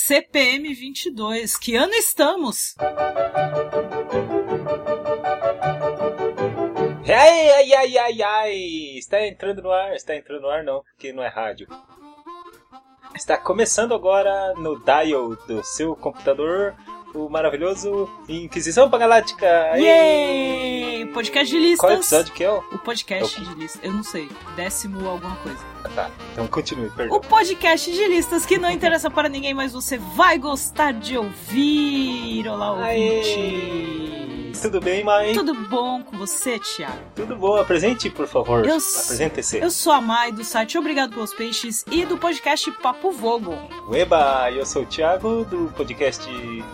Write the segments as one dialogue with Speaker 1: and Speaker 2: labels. Speaker 1: CPM 22. Que ano estamos?
Speaker 2: Ai, É, ai, ai, ai, ai! Está entrando no ar, está entrando no ar não, porque não é rádio. Está começando agora no dial do seu computador o maravilhoso Inquisição Galáctica!
Speaker 1: Yay! Podcast de listas.
Speaker 2: Qual episódio que é? o-
Speaker 1: O podcast de listas. Eu não sei. Décimo alguma coisa.
Speaker 2: Ah, tá, então continue,
Speaker 1: O
Speaker 2: perdão.
Speaker 1: podcast de listas que não interessa para ninguém, mas você vai gostar de ouvir. Olá,
Speaker 2: Aê!
Speaker 1: ouvinte.
Speaker 2: Tudo bem, mãe?
Speaker 1: Tudo bom com você, Thiago?
Speaker 2: Tudo bom? Apresente, por favor.
Speaker 1: Eu s-
Speaker 2: Apresente-se.
Speaker 1: Eu sou a Mai do site Obrigado pelos Peixes e do podcast Papo Vogo.
Speaker 2: Eba, eu sou o Thiago, do podcast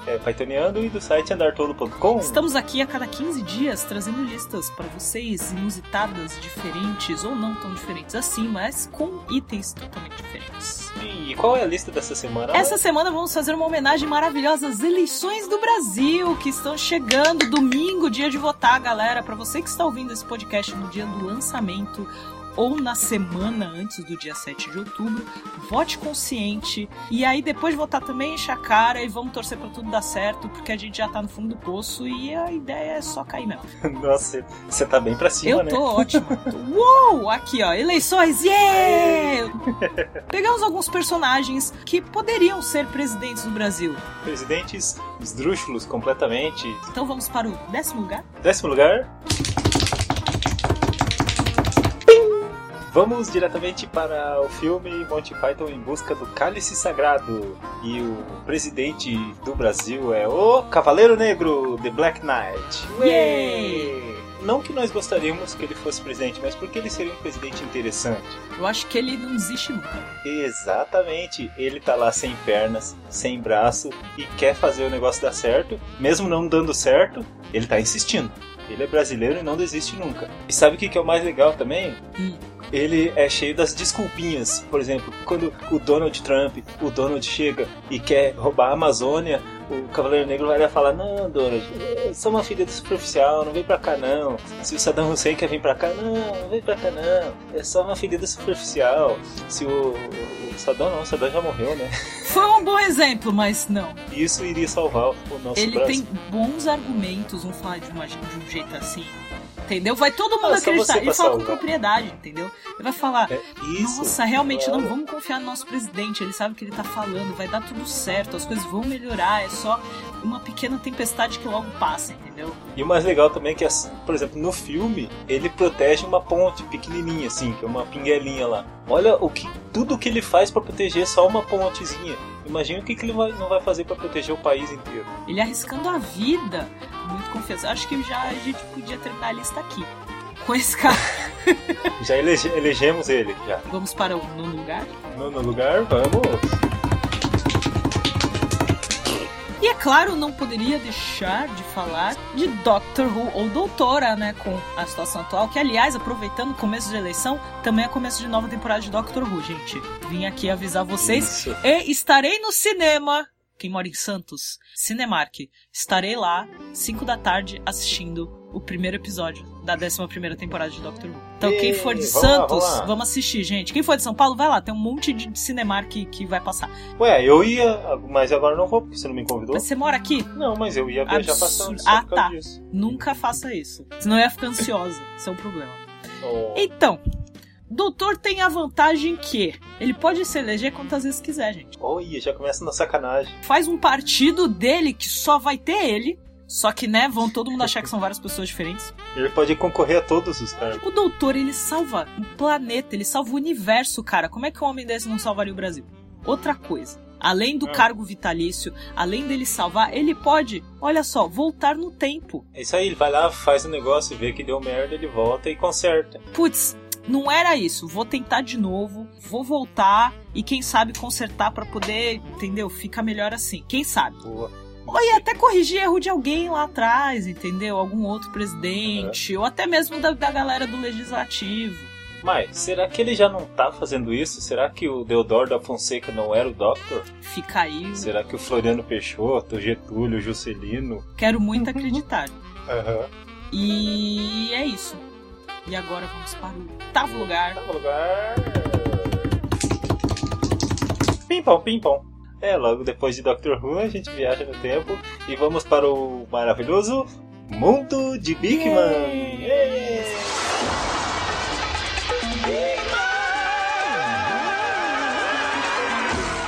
Speaker 2: é, Pythoniano e do site andartolo.com.
Speaker 1: Estamos aqui a cada 15 dias trazendo listas para vocês inusitadas, diferentes ou não tão diferentes assim, mas com itens totalmente diferentes.
Speaker 2: E qual é a lista dessa semana?
Speaker 1: Essa semana vamos fazer uma homenagem maravilhosa às eleições do Brasil que estão chegando domingo, dia de votar, galera. Para você que está ouvindo esse podcast no dia do lançamento ou na semana antes do dia 7 de outubro, vote consciente e aí depois de votar também enche a cara e vamos torcer para tudo dar certo, porque a gente já tá no fundo do poço e a ideia é só cair mesmo.
Speaker 2: Nossa, você tá bem pra cima,
Speaker 1: Eu
Speaker 2: né?
Speaker 1: tô ótima. Tô- Uou! Aqui, ó. Eleições, yeah! Pegamos alguns personagens que poderiam ser presidentes do Brasil.
Speaker 2: Presidentes esdrúxulos completamente.
Speaker 1: Então vamos para o décimo lugar?
Speaker 2: Décimo lugar. Pim! Vamos diretamente para o filme Monty Python em busca do cálice sagrado. E o presidente do Brasil é o Cavaleiro Negro, The Black Knight.
Speaker 1: Yay!
Speaker 2: Não que nós gostaríamos que ele fosse presidente, mas porque ele seria um presidente interessante.
Speaker 1: Eu acho que ele não desiste nunca.
Speaker 2: Exatamente, ele tá lá sem pernas, sem braço e quer fazer o negócio dar certo, mesmo não dando certo, ele tá insistindo. Ele é brasileiro e não desiste nunca. E sabe o que, que é o mais legal também?
Speaker 1: Hum.
Speaker 2: Ele é cheio das desculpinhas. Por exemplo, quando o Donald Trump, o Donald chega e quer roubar a Amazônia, o Cavaleiro Negro vai lá falar: Não, Donald, eu sou uma filha do superficial, não vem pra cá não. Se o Saddam Hussein quer vir pra cá, não, não vem pra cá não. É só uma ferida superficial. Se o, o Saddam não, o Saddam já morreu, né?
Speaker 1: Foi um bom exemplo, mas não.
Speaker 2: E Isso iria salvar o nosso
Speaker 1: Ele
Speaker 2: Brasil.
Speaker 1: tem bons argumentos, vamos falar de, uma- de um jeito assim. Entendeu? Vai todo mundo
Speaker 2: Ah, só
Speaker 1: acreditar.
Speaker 2: você
Speaker 1: Ele
Speaker 2: pra
Speaker 1: fala com
Speaker 2: salvar.
Speaker 1: propriedade, entendeu? Ele vai falar.
Speaker 2: É isso.
Speaker 1: Nossa, realmente
Speaker 2: claro.
Speaker 1: não vamos confiar no nosso presidente. Ele sabe o que ele tá falando, vai dar tudo certo, as coisas vão melhorar, é só uma pequena tempestade que logo passa, entendeu?
Speaker 2: E o mais legal também é que, assim, por exemplo, no filme, ele protege uma ponte pequenininha, assim, que é uma pinguelinha lá. Olha o que, tudo que ele faz pra proteger só uma pontezinha. Imagina o que, que ele vai- não vai fazer pra proteger o país inteiro.
Speaker 1: Ele arriscando a vida, muito confiança. Acho que já a gente podia terminar a lista aqui. Com esse cara,
Speaker 2: Já elege- elegemos ele, já.
Speaker 1: vamos para o nono lugar.
Speaker 2: Nono lugar, vamos.
Speaker 1: E é claro, não poderia deixar de falar de Doctor Who ou Doutora, né? Com a situação atual, que aliás, aproveitando o começo de eleição, também é começo de nova temporada de Doctor Who, gente. Vim aqui avisar vocês
Speaker 2: Isso.
Speaker 1: E estarei no cinema. Quem mora em Santos, Cinemark. Estarei lá, 5 da tarde, assistindo o primeiro episódio da 11 temporada de Doctor Who. Então,
Speaker 2: Ei,
Speaker 1: quem for de
Speaker 2: vamos lá,
Speaker 1: Santos,
Speaker 2: vamos lá.
Speaker 1: vamos assistir, gente. Quem for de São Paulo, vai lá. Tem um monte de Cinemark que vai passar.
Speaker 2: Ué, eu ia, mas agora não vou, porque você não me convidou.
Speaker 1: Mas você mora aqui?
Speaker 2: Não, mas eu ia viajar pra
Speaker 1: Absurdo.
Speaker 2: Santos só
Speaker 1: Ah,
Speaker 2: por causa
Speaker 1: tá.
Speaker 2: disso.
Speaker 1: Nunca faça isso. Senão eu ia ficar ansiosa. Isso é um problema.
Speaker 2: Oh,
Speaker 1: Então, doutor tem a vantagem que ele pode se eleger quantas vezes quiser, gente.
Speaker 2: Olha, já começa na sacanagem.
Speaker 1: faz um partido dele que só vai ter ele. Só que, né, vão todo mundo achar que são várias pessoas diferentes.
Speaker 2: Ele pode concorrer a todos os cargos.
Speaker 1: O doutor, ele salva o planeta, ele salva o universo, cara. Como é que um homem desse não salvaria o Brasil? Outra coisa. Além do
Speaker 2: Hum.
Speaker 1: cargo vitalício, além dele salvar, ele pode, olha só, voltar no tempo.
Speaker 2: É isso aí, ele vai lá, faz o negócio, vê que deu merda, ele volta e conserta.
Speaker 1: Putz, não era isso. Vou tentar de novo, vou voltar e quem sabe consertar pra poder, entendeu? Fica melhor assim. Quem sabe?
Speaker 2: Boa.
Speaker 1: Ou ia até corrigir erro de alguém lá atrás, entendeu? Algum outro presidente, ou até mesmo da, da galera do legislativo.
Speaker 2: Mas será que ele já não tá fazendo isso? Será que o Deodoro da Fonseca não era o Doctor?
Speaker 1: Fica aí,
Speaker 2: Será que o Floriano Peixoto, o Getúlio, o Juscelino?
Speaker 1: quero muito acreditar.
Speaker 2: Aham.
Speaker 1: E é isso. E agora vamos para o oitavo lugar.
Speaker 2: Tá no lugar. Pim-pão, pim-pão. É, logo depois de Doctor Who, a gente viaja no tempo e vamos para o maravilhoso mundo de Big
Speaker 1: Yay!
Speaker 2: Man. Yay!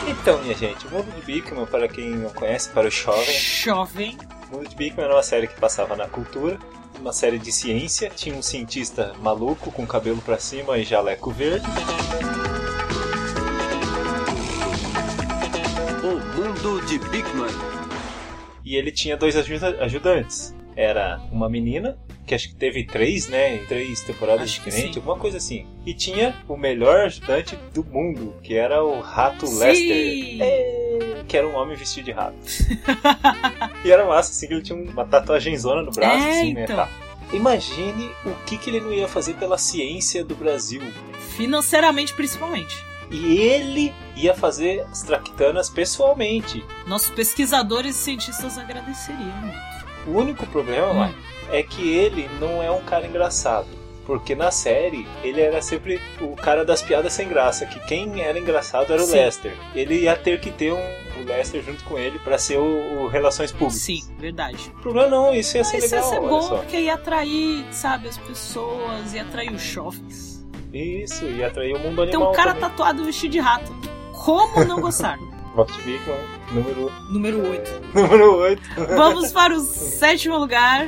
Speaker 2: Então, minha gente, o Mundo de Bigman, para quem não conhece, para o jovem,
Speaker 1: Jovem.
Speaker 2: Mundo de Bigman era uma série que passava na cultura, uma série de ciência. Tinha um cientista maluco com cabelo pra cima e jaleco verde.
Speaker 3: O mundo de Big Man.
Speaker 2: E ele tinha dois ajuda- ajudantes. Era uma menina, que acho que teve três, né? Três temporadas
Speaker 1: Acho que
Speaker 2: diferentes,
Speaker 1: sim.
Speaker 2: alguma coisa assim. E tinha o melhor ajudante do mundo, que era o Rato Lester.
Speaker 1: Sim. É.
Speaker 2: Que era um homem vestido de rato. e era massa, assim, que ele tinha uma tatuagemzona no braço,
Speaker 1: É,
Speaker 2: assim, né?
Speaker 1: então.
Speaker 2: tá. Imagine o que, que ele não ia fazer pela ciência do Brasil.
Speaker 1: Financeiramente, principalmente.
Speaker 2: E ele ia fazer as traquitanas pessoalmente.
Speaker 1: Nossos pesquisadores e cientistas agradeceriam.
Speaker 2: O único problema,
Speaker 1: Hum.
Speaker 2: Mike, é que ele não é um cara engraçado. Porque na série, ele era sempre o cara das piadas sem graça, que quem era engraçado era o
Speaker 1: Sim.
Speaker 2: Lester. Ele ia ter que ter um, o Lester junto com ele pra ser o, o Relações Públicas.
Speaker 1: Sim, verdade.
Speaker 2: O problema não, isso ia ser
Speaker 1: Mas isso ia
Speaker 2: legal,
Speaker 1: ser
Speaker 2: olha
Speaker 1: bom
Speaker 2: só.
Speaker 1: porque ia atrair, sabe, as pessoas, ia atrair os jovens.
Speaker 2: Isso, ia atrair o mundo
Speaker 1: Tem
Speaker 2: animal
Speaker 1: um cara tá-
Speaker 2: também.
Speaker 1: tatuado vestido de rato. Como não gostar?
Speaker 2: Robert Bickman, número, um.
Speaker 1: Número 8.
Speaker 2: número 8.
Speaker 1: Vamos para o sétimo lugar.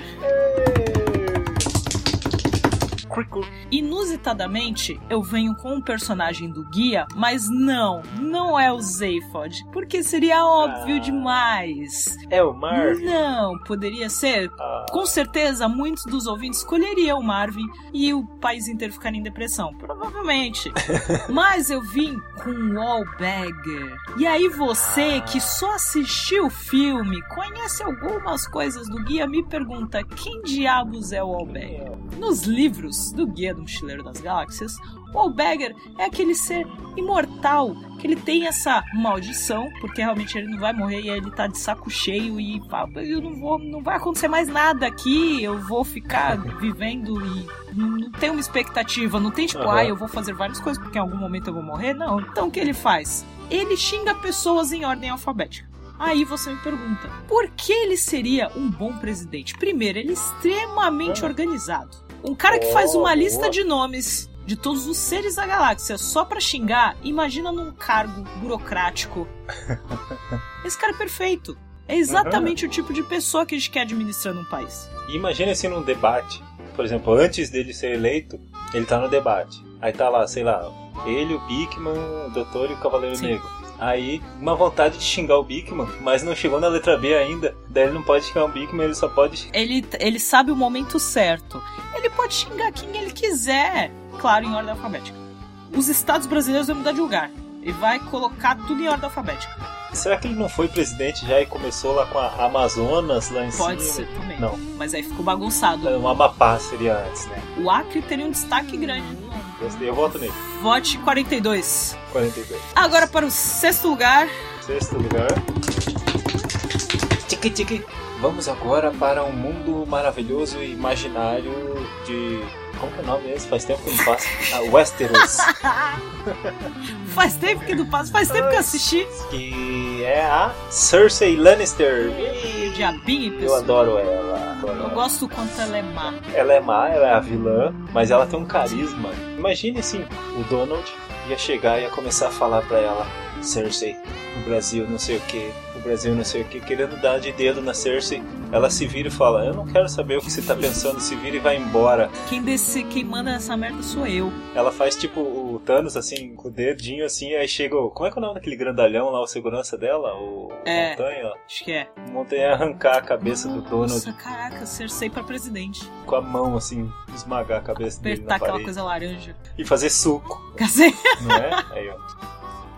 Speaker 2: Cricu.
Speaker 1: Inusitadamente, eu venho com um personagem do guia, mas não, não é o Zephod, porque seria óbvio
Speaker 2: Ah.
Speaker 1: demais.
Speaker 2: É o Marvin.
Speaker 1: Não, poderia ser.
Speaker 2: Ah,
Speaker 1: Com certeza, muitos dos ouvintes escolheriam o Marvin e o país inteiro ficaria em depressão. Provavelmente. Mas eu vim com o Wallbagger. E aí você que só assistiu o filme, conhece algumas coisas do guia, me pergunta quem diabos é o Wallbagger? Nos livros do Guia do Mochileiro das Galáxias, o Albegger é aquele ser imortal, que ele tem essa maldição, porque realmente ele não vai morrer e ele tá de saco cheio e fala, eu não vou, não vai acontecer mais nada aqui, eu vou ficar vivendo e não tem uma expectativa, não tem tipo,
Speaker 2: Aham.
Speaker 1: ah, eu vou fazer várias coisas porque em algum momento eu vou morrer, não. Então o que ele faz? Ele xinga pessoas em ordem alfabética. Aí você me pergunta, por que ele seria um bom presidente? Primeiro, ele é extremamente
Speaker 2: Ah.
Speaker 1: organizado. Um cara que faz
Speaker 2: Oh,
Speaker 1: uma lista
Speaker 2: boa.
Speaker 1: de nomes de todos os seres da galáxia só pra xingar, imagina num cargo burocrático. Esse cara é perfeito. É exatamente o tipo de pessoa que a gente quer administrando um país.
Speaker 2: Imagina assim num debate. Por exemplo, antes dele ser eleito, ele tá no debate. Aí tá lá, sei lá, ele, o Bickman, o Doutor e o Cavaleiro
Speaker 1: Sim.
Speaker 2: Negro. Aí, uma vontade de xingar o Bickman, mas não chegou na letra B ainda. Daí ele não pode xingar o Bickman, ele só pode.
Speaker 1: Ele, ele sabe o momento certo. Ele pode xingar quem ele quiser, claro, em ordem alfabética. Os estados brasileiros vão mudar de lugar. E vai colocar tudo em ordem alfabética.
Speaker 2: Será que ele não foi presidente já e começou lá com a Amazonas lá em
Speaker 1: Pode
Speaker 2: cima?
Speaker 1: ser também.
Speaker 2: Não.
Speaker 1: Mas aí ficou bagunçado.
Speaker 2: É, O Amapá seria antes, né?
Speaker 1: O Acre teria um destaque grande.
Speaker 2: Gostei, eu voto nele.
Speaker 1: Vote 42.
Speaker 2: 42.
Speaker 1: Agora para o sexto lugar.
Speaker 2: Sexto lugar. Tique tique. Vamos agora para um mundo maravilhoso e imaginário de. Como que é o nome desse? Faz tempo que eu não faço. Ah, Westeros.
Speaker 1: Faz tempo que não passa, faz tempo que eu assisti.
Speaker 2: que é a Cersei Lannister.
Speaker 1: O diabinho,
Speaker 2: Eu
Speaker 1: pessoal.
Speaker 2: adoro ela. Adoro
Speaker 1: Eu
Speaker 2: ela.
Speaker 1: gosto o quanto ela é má.
Speaker 2: Ela é má, ela é a vilã, mas ela tem um carisma. Imagine assim, o Donald ia chegar e ia começar a falar pra ela, Cersei, o Brasil não sei o que, o Brasil não sei o que, querendo dar de dedo na Cersei. Ela se vira e fala, eu não quero saber o que você tá pensando, se vira e vai embora.
Speaker 1: Quem, desse, quem manda essa merda sou eu.
Speaker 2: Ela faz tipo o Thanos assim, com o dedinho assim, aí chega o... Como é que é o nome daquele grandalhão lá, o segurança dela? O
Speaker 1: É.
Speaker 2: Montanha? ó.
Speaker 1: Acho que é.
Speaker 2: O Montanha ia arrancar a cabeça do Donald
Speaker 1: Nossa, caraca, Cersei pra presidente.
Speaker 2: com a mão assim, esmagar a cabeça dele
Speaker 1: Apertar
Speaker 2: na
Speaker 1: aquela
Speaker 2: parede.
Speaker 1: coisa laranja.
Speaker 2: E fazer suco.
Speaker 1: Casei
Speaker 2: Não é? Aí, ó.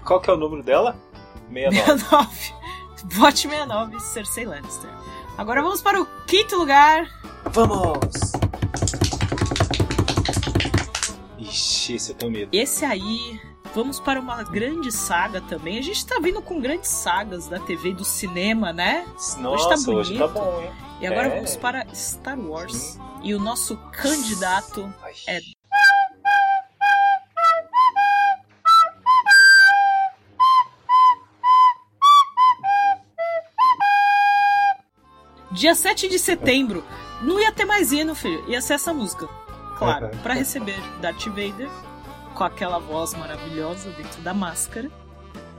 Speaker 2: Qual que é o número dela? 69.
Speaker 1: 69. Vote 69, Cersei Lannister. Agora vamos para o quinto lugar.
Speaker 2: Vamos! Ixi, esse eu tenho medo.
Speaker 1: Esse aí, vamos para uma grande saga também. A gente tá vindo com grandes sagas da TV e do cinema, né?
Speaker 2: Nossa,
Speaker 1: bonito.
Speaker 2: hoje tá bom, hein?
Speaker 1: E agora
Speaker 2: É.
Speaker 1: vamos para Star Wars.
Speaker 2: Sim.
Speaker 1: E o nosso candidato
Speaker 2: Ai.
Speaker 1: É. Dia 7 de setembro. Não ia ter mais hino, filho. Ia ser essa música. Claro,
Speaker 4: Uhum.
Speaker 1: pra receber Darth Vader com aquela voz maravilhosa dentro da máscara,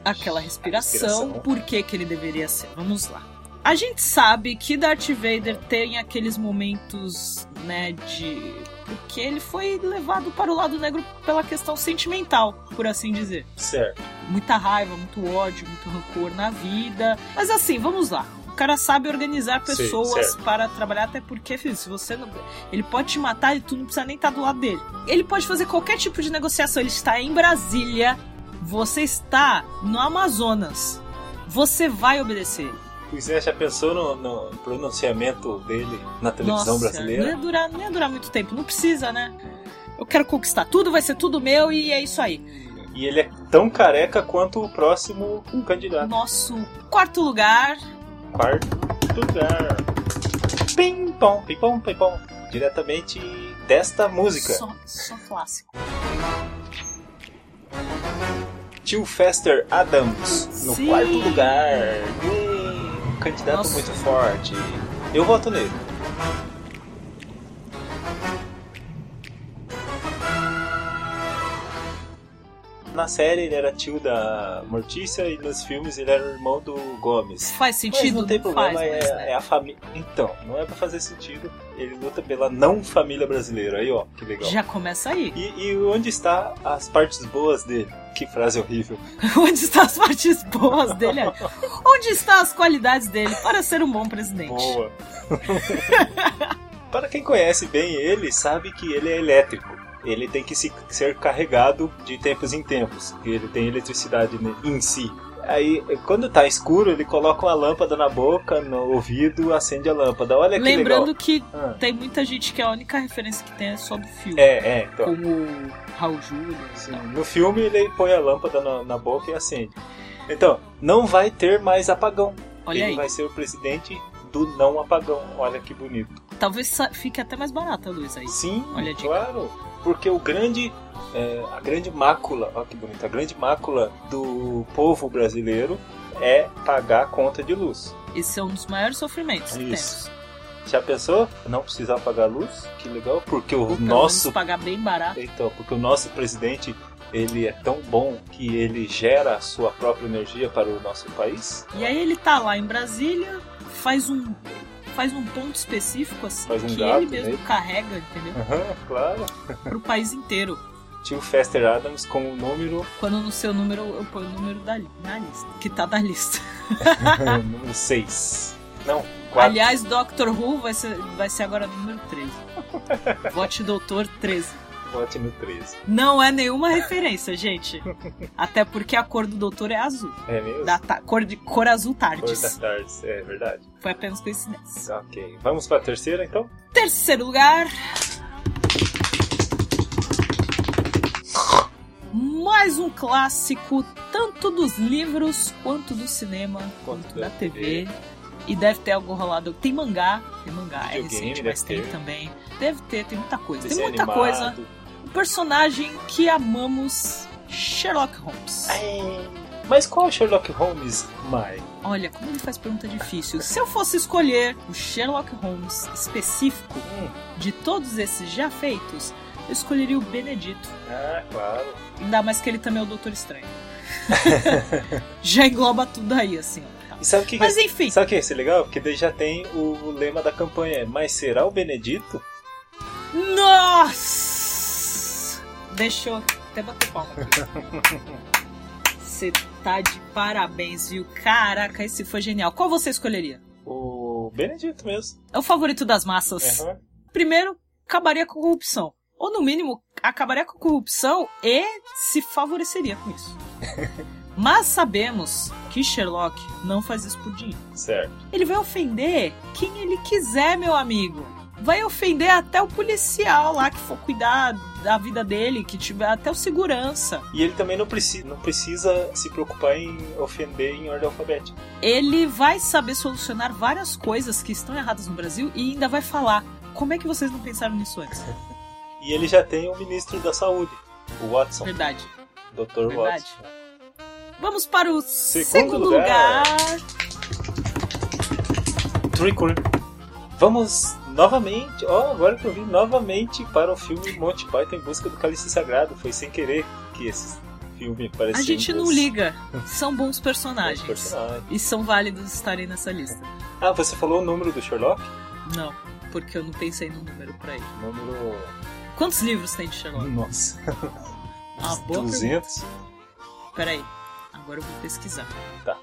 Speaker 1: aquela respiração,
Speaker 2: Respiração.
Speaker 1: por que que ele deveria ser? Vamos lá. A gente sabe que Darth Vader tem aqueles momentos, né, de porque ele foi levado para o lado negro pela questão sentimental, por assim dizer
Speaker 2: Certo.
Speaker 1: muita raiva, muito ódio, muito rancor na vida. Mas assim, vamos lá. O cara sabe organizar
Speaker 2: Sim,
Speaker 1: pessoas
Speaker 2: certo.
Speaker 1: para trabalhar, até porque, filho, se você não. Ele pode te matar e tu não precisa nem estar do lado dele. Ele pode fazer qualquer tipo de negociação. Ele está em Brasília, você está no Amazonas. Você vai obedecer.
Speaker 2: O Zé já pensou no, no pronunciamento dele na televisão
Speaker 1: Nossa, né? Não ia,
Speaker 2: brasileira?
Speaker 1: durar, não ia durar muito tempo, não precisa, né? Eu quero conquistar tudo, vai ser tudo meu e é isso aí.
Speaker 2: E ele é tão careca quanto o próximo candidato.
Speaker 1: Nosso quarto lugar,
Speaker 2: Quarto lugar. Pim pom, pim pom, pim pom. Diretamente desta música.
Speaker 1: Só, só clássico.
Speaker 2: Tio Fester Adams, no
Speaker 1: Sim.
Speaker 2: quarto lugar. Ui, Um candidato
Speaker 1: Nossa.
Speaker 2: muito forte. Eu voto nele. Na série ele era tio da Mortícia e nos filmes ele era o irmão do Gomes.
Speaker 1: Faz
Speaker 2: Mas
Speaker 1: sentido?
Speaker 2: não tem problema,
Speaker 1: faz, mas,
Speaker 2: é,
Speaker 1: né?
Speaker 2: é a família. Então, não é pra fazer sentido. Ele luta pela não família brasileira. Aí, ó, que legal.
Speaker 1: Já começa aí.
Speaker 2: E, e onde está as partes boas dele? Que frase horrível.
Speaker 1: Onde estão as partes boas dele? aí? Onde estão as qualidades dele para ser um bom presidente?
Speaker 2: Boa. Para quem conhece bem ele, sabe que ele é elétrico. Ele tem que se- ser carregado de tempos em tempos. e Ele tem eletricidade ne- em si. Aí, quando tá escuro, ele coloca uma lâmpada na boca, no ouvido, acende a lâmpada. Olha que
Speaker 1: Lembrando
Speaker 2: legal.
Speaker 1: que
Speaker 2: Ah,
Speaker 1: tem muita gente que a única referência que tem é só do filme.
Speaker 2: é, é, então.
Speaker 1: Como o Raul então. Júlia.
Speaker 2: Sim, No filme ele põe a lâmpada na, na boca e acende. Então, não vai ter mais apagão.
Speaker 1: Olha
Speaker 2: ele
Speaker 1: aí.
Speaker 2: vai ser o presidente do não apagão. Olha que bonito.
Speaker 1: Talvez sa- fique até mais barata a luz aí.
Speaker 2: Sim,
Speaker 1: Olha a dica.
Speaker 2: claro. Porque o grande. é, a grande mácula, olha que bonito, a grande mácula do povo brasileiro é pagar a conta de luz.
Speaker 1: Esse é um dos maiores sofrimentos que temos.
Speaker 2: É Isso. Já pensou? Não precisar pagar luz? Que legal, porque o
Speaker 1: Ou pelo
Speaker 2: nosso
Speaker 1: menos pagar bem barato.
Speaker 2: Então, porque o nosso presidente ele é tão bom que ele gera a sua própria energia para o nosso país.
Speaker 1: E aí ele tá lá em Brasília, faz um faz um ponto específico assim
Speaker 2: Faz um
Speaker 1: que
Speaker 2: gato
Speaker 1: ele mesmo
Speaker 2: nele.
Speaker 1: carrega, entendeu?
Speaker 2: Aham, Uhum, claro.
Speaker 1: Pro país inteiro.
Speaker 2: Tio Fester Adams com o número,
Speaker 1: Quando eu não sei o número, eu ponho o número da, li- na lista. Que tá na lista.
Speaker 2: número 6. Não, 4.
Speaker 1: Aliás, Doctor Who vai ser, vai ser agora número 13. Vote Doutor 13.
Speaker 2: Vote no 13.
Speaker 1: Não é nenhuma referência, gente. Até porque a cor do Doutor é azul.
Speaker 2: É mesmo?
Speaker 1: Da ta- cor, de, cor azul
Speaker 2: Cor da
Speaker 1: tardes.
Speaker 2: tarde, é verdade.
Speaker 1: Foi apenas coincidência.
Speaker 2: Ok, vamos para a terceira então?
Speaker 1: Terceiro lugar. Mais um clássico, tanto dos livros quanto do cinema, quanto, da, TV. E deve ter algo rolado. Tem mangá, tem mangá, é
Speaker 2: Videogame
Speaker 1: recente,
Speaker 2: deve
Speaker 1: mas tem
Speaker 2: ter.
Speaker 1: também. Deve ter, tem muita coisa. Tem
Speaker 2: Desenho
Speaker 1: muita
Speaker 2: animado.
Speaker 1: coisa. O personagem que amamos, Sherlock Holmes.
Speaker 2: É, Mas qual é o Sherlock Holmes, Mai?
Speaker 1: Olha, como ele faz pergunta difícil. Se eu fosse escolher o Sherlock Holmes específico
Speaker 2: Hum.
Speaker 1: de todos esses já feitos, eu escolheria o Benedito.
Speaker 2: Ah, claro.
Speaker 1: Ainda mais que ele também é o Doutor Estranho. já engloba tudo aí, assim. ó.
Speaker 2: E sabe o que, que
Speaker 1: Mas enfim,
Speaker 2: Sabe o que ia ser legal? Porque daí já tem o lema da campanha, é, mas será o Benedito?
Speaker 1: Nossa! Deixa eu até bater palma aqui. Você tá de parabéns, viu? Caraca, esse foi genial. Qual você escolheria?
Speaker 2: O Benedito mesmo.
Speaker 1: É o favorito das massas.
Speaker 2: Aham.
Speaker 1: Primeiro, acabaria com a corrupção. Ou no mínimo, acabaria com a corrupção e se favoreceria com isso. Mas sabemos que Sherlock não faz isso por dinheiro.
Speaker 2: Certo.
Speaker 1: Ele vai ofender quem ele quiser, meu amigo. Vai ofender até o policial lá que for cuidar da vida dele, que tiver até o segurança.
Speaker 2: E ele também não precisa, não precisa se preocupar em ofender em ordem alfabética.
Speaker 1: Ele vai saber solucionar várias coisas que estão erradas no Brasil e ainda vai falar: como é que vocês não pensaram nisso antes?
Speaker 2: E ele já tem o ministro da saúde, o Watson,
Speaker 1: Verdade.
Speaker 2: Dr.
Speaker 1: Verdade.
Speaker 2: Watson.
Speaker 1: Vamos para o
Speaker 2: Segundo
Speaker 1: segundo, lugar.
Speaker 2: lugar. Tricor. Vamos novamente, ó, agora que eu vim novamente para o filme Monty Python em Busca do Cálice Sagrado. Foi sem querer que esse filme apareceu.
Speaker 1: A gente
Speaker 2: em
Speaker 1: não
Speaker 2: dois-
Speaker 1: liga. São bons
Speaker 2: dois
Speaker 1: personagens.
Speaker 2: personagens.
Speaker 1: E são válidos estarem nessa lista.
Speaker 2: Ah, você falou o número do Sherlock?
Speaker 1: Não, porque eu não pensei no número pra ele.
Speaker 2: Número.
Speaker 1: Quantos livros tem de Sherlock?
Speaker 2: Nossa.
Speaker 1: Ah, boa
Speaker 2: 200?
Speaker 1: Peraí, agora eu vou pesquisar.
Speaker 2: Tá.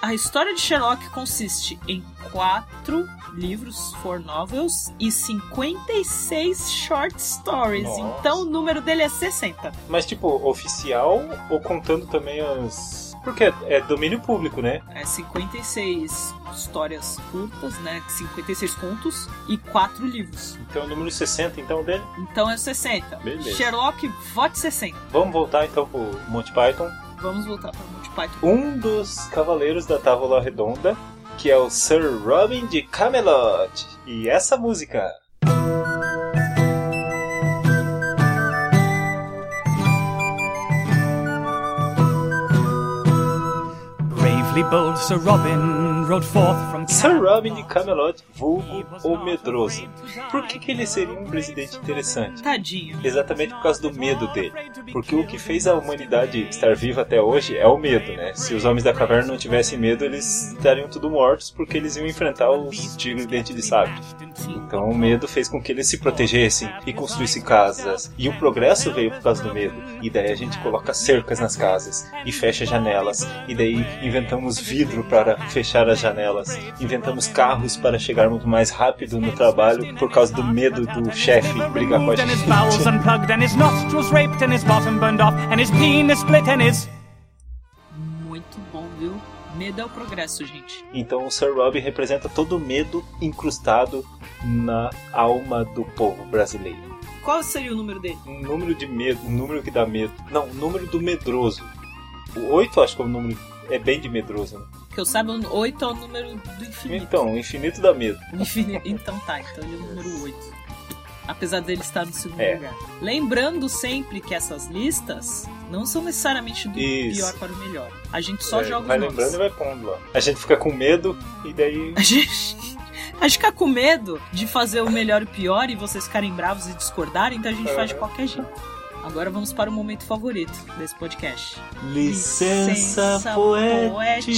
Speaker 1: A história de Sherlock consiste em quatro livros, four novels, e 56 short stories.
Speaker 2: Nossa.
Speaker 1: Então o número dele é 60.
Speaker 2: Mas, tipo, oficial ou contando também as. Porque é- é domínio público, né?
Speaker 1: É 56 histórias curtas, né? 56 contos e quatro livros.
Speaker 2: Então, o número 60, então, dele.
Speaker 1: Então é 60.
Speaker 2: Beleza.
Speaker 1: Sherlock, vote 60.
Speaker 2: Vamos voltar, então, pro Monty Python.
Speaker 1: Vamos voltar para Monty Python.
Speaker 2: Um dos cavaleiros da Távola Redonda, que é o Sir Robin de Camelot. E essa música.
Speaker 4: Bravely bold Sir Robin rode forth from
Speaker 2: Sir Robin de Camelot, vulgo o medroso. Por que, que ele seria um presidente interessante?
Speaker 1: Tadinho.
Speaker 2: Exatamente por causa do medo dele. Porque o que fez a humanidade estar viva até hoje é o medo, né? Se os homens da caverna não tivessem medo, eles estariam tudo mortos porque eles iam enfrentar os tigres dente de sabre. Então o medo fez com que eles se protegessem e construíssem casas. E o progresso veio por causa do medo. E daí a gente coloca cercas nas casas e fecha janelas. E daí inventamos vidro para fechar as janelas. Inventamos carros para chegarmos mais rápido no trabalho por causa do medo do chefe brigar com a
Speaker 4: Removed and his bowels
Speaker 2: gente.
Speaker 4: unplugged and his nostrils raped and his bottom burned off and his penis split and his
Speaker 1: Muito bom, viu? Medo é o progresso, gente.
Speaker 2: Então o Sir Robin representa todo o medo incrustado na alma do povo brasileiro.
Speaker 1: Qual seria o número dele?
Speaker 2: Um número de medo, um número que dá medo. Não, um número do medroso. O 8 acho que é um número é bem de medroso, né?
Speaker 1: Que eu saiba, o 8 é o número do infinito.
Speaker 2: Então, o infinito dá medo.
Speaker 1: Infini- Então tá, então ele é o número 8. Apesar dele estar no segundo
Speaker 2: É.
Speaker 1: lugar. Lembrando sempre que essas listas não são necessariamente do
Speaker 2: Isso.
Speaker 1: pior para o melhor. A gente só
Speaker 2: É,
Speaker 1: joga os
Speaker 2: Vai
Speaker 1: nomes.
Speaker 2: lembrando e vai pondo lá. A gente fica com medo e daí.
Speaker 1: A gente. A gente fica com medo de fazer o melhor e o pior e vocês ficarem bravos e discordarem, então a gente faz de qualquer jeito. Agora vamos para o momento favorito desse podcast. Licença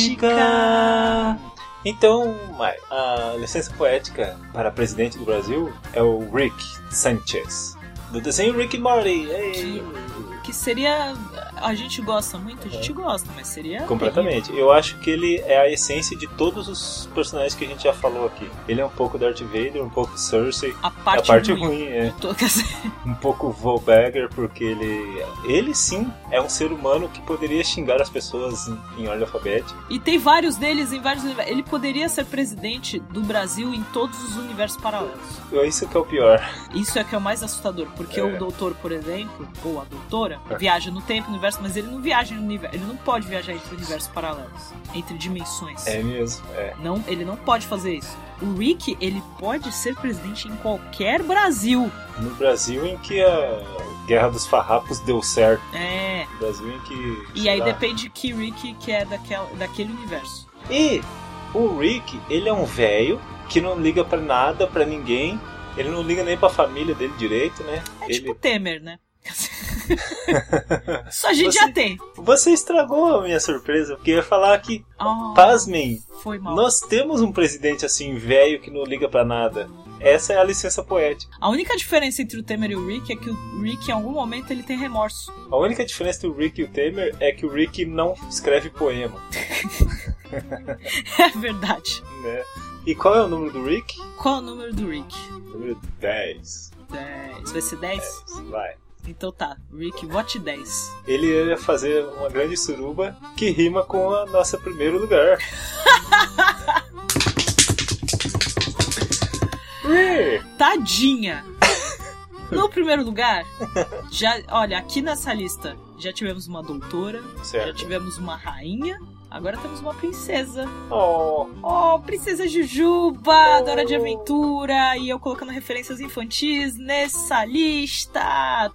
Speaker 1: poética.
Speaker 2: Então, Mai, a licença poética para presidente do Brasil é o Rick Sanchez. Do desenho Rick e Morty. Ei.
Speaker 1: Que seria. A gente gosta muito, a gente gosta, mas seria.
Speaker 2: Completamente. Eu acho que ele é a essência de todos os personagens que a gente já falou aqui. Ele é um pouco Darth Vader, um pouco Cersei.
Speaker 1: A parte,
Speaker 2: a parte
Speaker 1: ruim.
Speaker 2: ruim é.
Speaker 1: Tô- quer dizer,
Speaker 2: um pouco Volberger, porque ele. Ele sim é um ser humano que poderia xingar as pessoas em, em ordem alfabética.
Speaker 1: E tem vários deles em vários universos. Ele poderia ser presidente do Brasil em todos os universos paralelos.
Speaker 2: É isso que é o pior.
Speaker 1: Isso é que é o mais assustador, porque
Speaker 2: É.
Speaker 1: o doutor, por exemplo, ou a doutora, viaja no tempo, no universo, mas ele não viaja no universo. Ele não pode viajar entre universos paralelos, entre dimensões.
Speaker 2: É mesmo, é.
Speaker 1: Não, ele não pode fazer isso. O Rick, ele pode ser presidente em qualquer Brasil.
Speaker 2: No Brasil em que a Guerra dos Farrapos deu certo.
Speaker 1: É.
Speaker 2: No Brasil em que.
Speaker 1: E
Speaker 2: sei
Speaker 1: aí
Speaker 2: lá.
Speaker 1: depende que Rick que é daquela, daquele universo.
Speaker 2: E o Rick, ele é um velho que não liga pra nada, pra ninguém. Ele não liga nem pra família dele direito, né?
Speaker 1: É
Speaker 2: ele.
Speaker 1: tipo o Temer, né? Isso a gente já
Speaker 2: Você-
Speaker 1: tem.
Speaker 2: Você estragou a minha surpresa, porque eu ia falar que,
Speaker 1: Ah,
Speaker 2: pasmem,
Speaker 1: foi mal.
Speaker 2: Nós temos um presidente assim, velho, que não liga pra nada. Essa é a licença poética.
Speaker 1: A única diferença entre o Temer e o Rick é que o Rick, em algum momento, ele tem remorso.
Speaker 2: A única diferença entre o Rick e o Temer é que o Rick não escreve poema,
Speaker 1: É verdade.
Speaker 2: né? E qual é o número do Rick?
Speaker 1: Qual é o número do Rick?
Speaker 2: Número 10.
Speaker 1: 10. Vai ser 10?
Speaker 2: Vai.
Speaker 1: Então tá, Rick, vote 10.
Speaker 2: Ele ia fazer uma grande suruba que rima com a nossa primeiro lugar. Rick!
Speaker 1: Tadinha! No primeiro lugar, já, olha, aqui nessa lista já tivemos uma doutora, já
Speaker 2: Certo.
Speaker 1: tivemos uma rainha, Agora temos uma princesa.
Speaker 2: Oh,
Speaker 1: Oh, princesa Jujuba, Dora de Aventura, e eu colocando referências infantis nessa lista.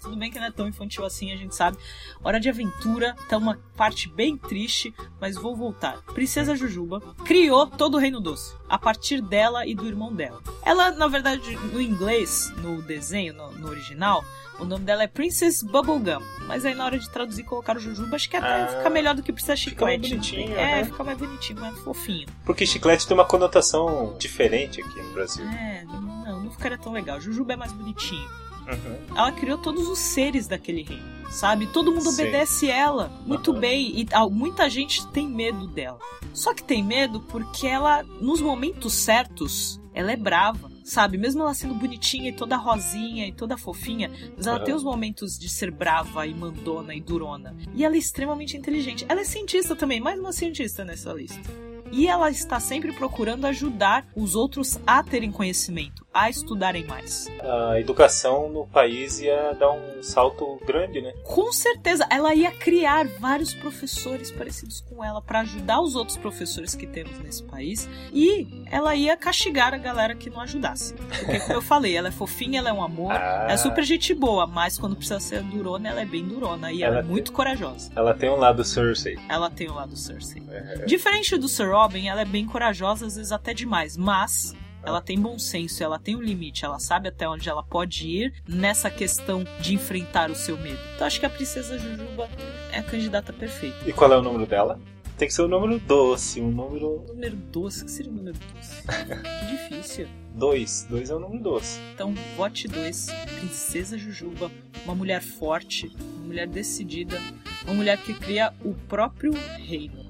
Speaker 1: Tudo bem que não é tão infantil assim, a gente sabe. Hora de Aventura tá uma parte bem triste, mas vou voltar. Princesa Jujuba criou todo o Reino Doce, a partir dela e do irmão dela. Ela, na verdade, no inglês, no desenho, no, no original, o nome dela é Princess Bubblegum. Mas aí na hora de traduzir e colocar o Jujuba, acho que até
Speaker 2: Ah,
Speaker 1: fica melhor do que Princesa
Speaker 2: fica mais
Speaker 1: Chiclete.
Speaker 2: bonitinho,
Speaker 1: é,
Speaker 2: né?
Speaker 1: fica mais bonitinho, mais fofinho.
Speaker 2: porque chiclete tem uma conotação diferente aqui no Brasil.
Speaker 1: É, não, não ficaria tão legal. Jujuba é mais bonitinho.
Speaker 2: Uhum.
Speaker 1: Ela criou todos os seres daquele reino. Sabe? Todo mundo
Speaker 2: Sim.
Speaker 1: obedece ela muito
Speaker 2: Aham.
Speaker 1: bem. E ah, muita gente tem medo dela. Só que tem medo porque ela, nos momentos certos, ela é brava. Sabe? Mesmo ela sendo bonitinha e toda rosinha e toda fofinha, mas ela
Speaker 2: Aham.
Speaker 1: tem os momentos de ser brava e mandona e durona. E ela é extremamente inteligente. Ela é cientista também, mais uma cientista nessa lista. E ela está sempre procurando ajudar os outros a terem conhecimento, a estudarem mais.
Speaker 2: A educação no país ia dar um salto grande, né?
Speaker 1: Com certeza, ela ia criar vários professores parecidos com ela para ajudar os outros professores que temos nesse país e ela ia castigar a galera que não ajudasse. Porque, como eu falei, ela é fofinha, ela é um amor,
Speaker 2: Ah.
Speaker 1: ela é super gente boa, mas quando precisa ser durona, ela é bem durona e ela,
Speaker 2: Ela
Speaker 1: é
Speaker 2: tem-
Speaker 1: muito corajosa.
Speaker 2: Ela tem um lado Cersei.
Speaker 1: Ela tem o lado Cersei.
Speaker 2: É,
Speaker 1: Diferente do Sir Robin, ela é bem corajosa, às vezes até demais, mas ela tem bom senso, ela tem um limite, ela sabe até onde ela pode ir nessa questão de enfrentar o seu medo. Então acho que a princesa Jujuba é a candidata perfeita.
Speaker 2: E qual é o número dela? Tem que ser um número doce, um número
Speaker 1: Número 12, o que seria o número 12? que difícil.
Speaker 2: 2. 2 é um número doce.
Speaker 1: Então, vote 2, Princesa Jujuba, uma mulher forte, uma mulher decidida, uma mulher que cria o próprio reino.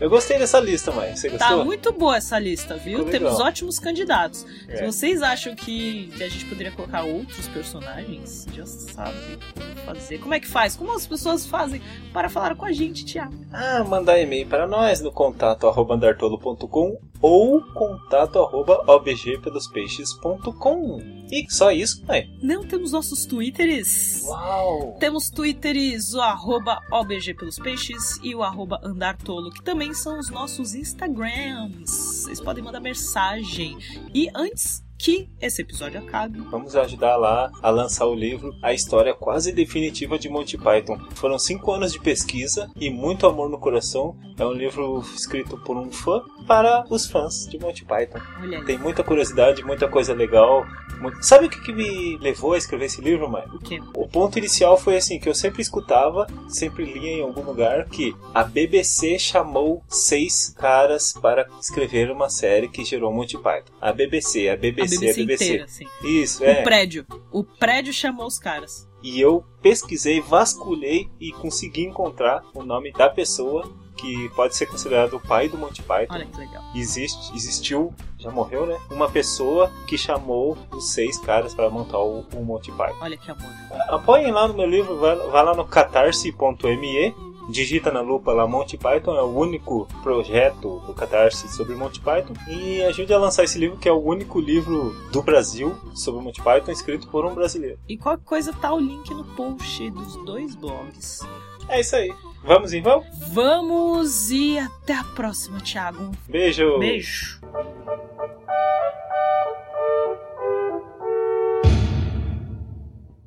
Speaker 2: Eu gostei dessa lista, mãe. Você
Speaker 1: Tá
Speaker 2: gostou?
Speaker 1: muito boa essa lista, viu?
Speaker 2: Ficou
Speaker 1: Temos
Speaker 2: legal.
Speaker 1: ótimos candidatos.
Speaker 2: É.
Speaker 1: Se vocês acham que a gente poderia colocar outros personagens, já sabem como fazer. Como é que faz? Como as pessoas fazem para falar com a gente, Tiago?
Speaker 2: Ah, mandar e-mail para nós no contato arroba andartolo.com ou contato arroba obgpelospeixes.com. E só isso, mãe.
Speaker 1: Não temos nossos twitters.
Speaker 2: Uau!
Speaker 1: Temos twitters, o arroba OBG pelos peixes e o arroba andartolo, que também são os nossos Instagrams. Vocês podem mandar mensagem. E antes que esse episódio acabe,
Speaker 2: Vamos ajudar lá a lançar o livro A História Quase Definitiva de Monty Python. Foram cinco anos de pesquisa e muito amor no coração. É um livro escrito por um fã para os fãs de Monty Python.
Speaker 1: olha aí.
Speaker 2: Tem muita curiosidade, muita coisa legal. muito- Sabe o que, que me levou a escrever esse livro, mãe?
Speaker 1: O quê?
Speaker 2: O ponto inicial foi assim, que eu sempre escutava, sempre lia em algum lugar, que a BBC chamou seis caras para escrever uma série que gerou Monty Python. A BBC, a
Speaker 1: A
Speaker 2: BBC, a
Speaker 1: BBC
Speaker 2: BBC.
Speaker 1: inteira, assim.
Speaker 2: Isso,
Speaker 1: O
Speaker 2: é.
Speaker 1: prédio. O prédio chamou os caras.
Speaker 2: E eu pesquisei, vasculhei e consegui encontrar o nome da pessoa que pode ser considerado o pai do Monty Python.
Speaker 1: Olha que legal.
Speaker 2: Existe, existiu, já morreu, né? Uma pessoa que chamou os seis caras para montar o, o Monty Python.
Speaker 1: Olha que amor.
Speaker 2: Apoiem lá no meu livro, vai, vai lá no catarse.me, digita na lupa lá Monty Python, é o único projeto do Catarse sobre Monty Python, e ajude a lançar esse livro, que é o único livro do Brasil sobre Monty Python escrito por um brasileiro.
Speaker 1: E qualquer coisa tá o link no post dos dois blogs.
Speaker 2: É isso aí. Vamos em vamos?
Speaker 1: Vamos e até a próxima, Thiago. Um
Speaker 2: Beijo!
Speaker 1: Beijo.